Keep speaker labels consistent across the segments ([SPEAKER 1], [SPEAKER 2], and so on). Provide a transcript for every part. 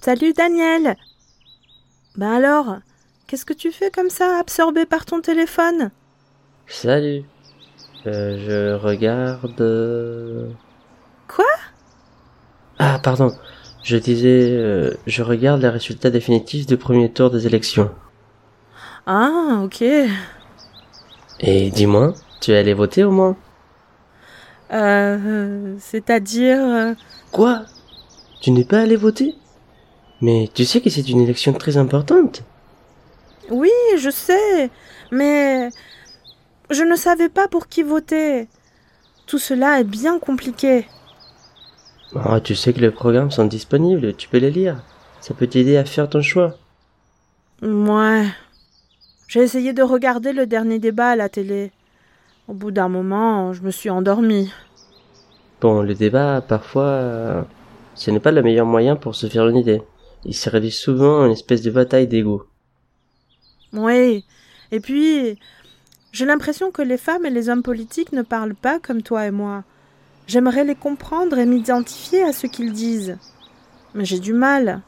[SPEAKER 1] Salut Daniel Ben alors, qu'est-ce que tu fais comme ça, absorbé par ton téléphone
[SPEAKER 2] Salut. Euh, je regarde. euh,
[SPEAKER 1] Quoi
[SPEAKER 2] Ah, pardon. Je disais, euh, je regarde les résultats définitifs du premier tour des élections.
[SPEAKER 1] Ah, ok.
[SPEAKER 2] Et dis-moi, tu es allé voter au moins
[SPEAKER 1] Euh, c'est-à-dire... euh,
[SPEAKER 2] Quoi Tu n'es pas allé voter Mais tu sais que c'est une élection très importante.
[SPEAKER 1] Oui, je sais, mais je ne savais pas pour qui voter. Tout cela est bien compliqué.
[SPEAKER 2] Ah, tu sais que les programmes sont disponibles, tu peux les lire. Ça peut t'aider à faire ton choix.
[SPEAKER 1] Ouais. J'ai essayé de regarder le dernier débat à la télé. Au bout d'un moment, je me suis endormie.
[SPEAKER 2] Bon, le débat, parfois, euh, ce n'est pas le meilleur moyen pour se faire une idée. Il se réduit souvent à une espèce de bataille d'ego.
[SPEAKER 1] Oui. Et puis, j'ai l'impression que les femmes et les hommes politiques ne parlent pas comme toi et moi. J'aimerais les comprendre et m'identifier à ce qu'ils disent. Mais j'ai du mal.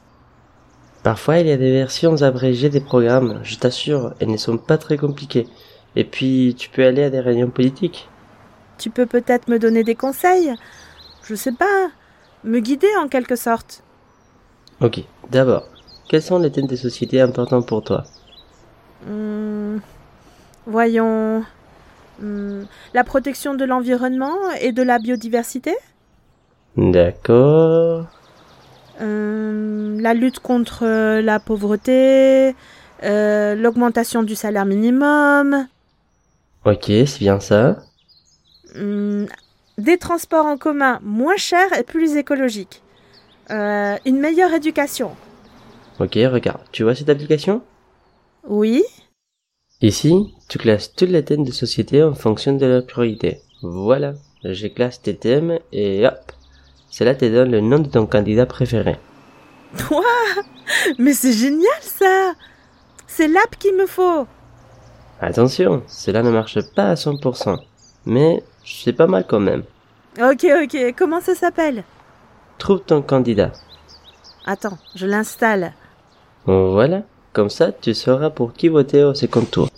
[SPEAKER 2] Parfois, il y a des versions abrégées des programmes, je t'assure, elles ne sont pas très compliquées. Et puis, tu peux aller à des réunions politiques.
[SPEAKER 1] Tu peux peut-être me donner des conseils Je sais pas. Me guider en quelque sorte.
[SPEAKER 2] Ok, d'abord, quels sont les thèmes des sociétés importants pour toi
[SPEAKER 1] Hum, voyons. Hum, la protection de l'environnement et de la biodiversité
[SPEAKER 2] D'accord.
[SPEAKER 1] Euh, la lutte contre euh, la pauvreté, euh, l'augmentation du salaire minimum,
[SPEAKER 2] Ok, c'est bien ça.
[SPEAKER 1] hum, des transports en commun moins chers et plus écologiques, euh, une meilleure éducation.
[SPEAKER 2] Ok, regarde, tu vois cette application
[SPEAKER 1] Oui,
[SPEAKER 2] Ici, tu classes toutes les thèmes de société en fonction de leur priorité. Voilà, je classe tes thèmes et hop, cela te donne le nom de ton candidat préféré.
[SPEAKER 1] mais c'est génial ça C'est l'app qu'il me faut
[SPEAKER 2] Attention, cela ne marche pas à 100%, mais c'est pas mal quand même.
[SPEAKER 1] Ok, ok, comment ça s'appelle
[SPEAKER 2] Trouve ton candidat.
[SPEAKER 1] Attends, je l'installe.
[SPEAKER 2] Voilà, comme ça tu sauras pour qui voter au second tour.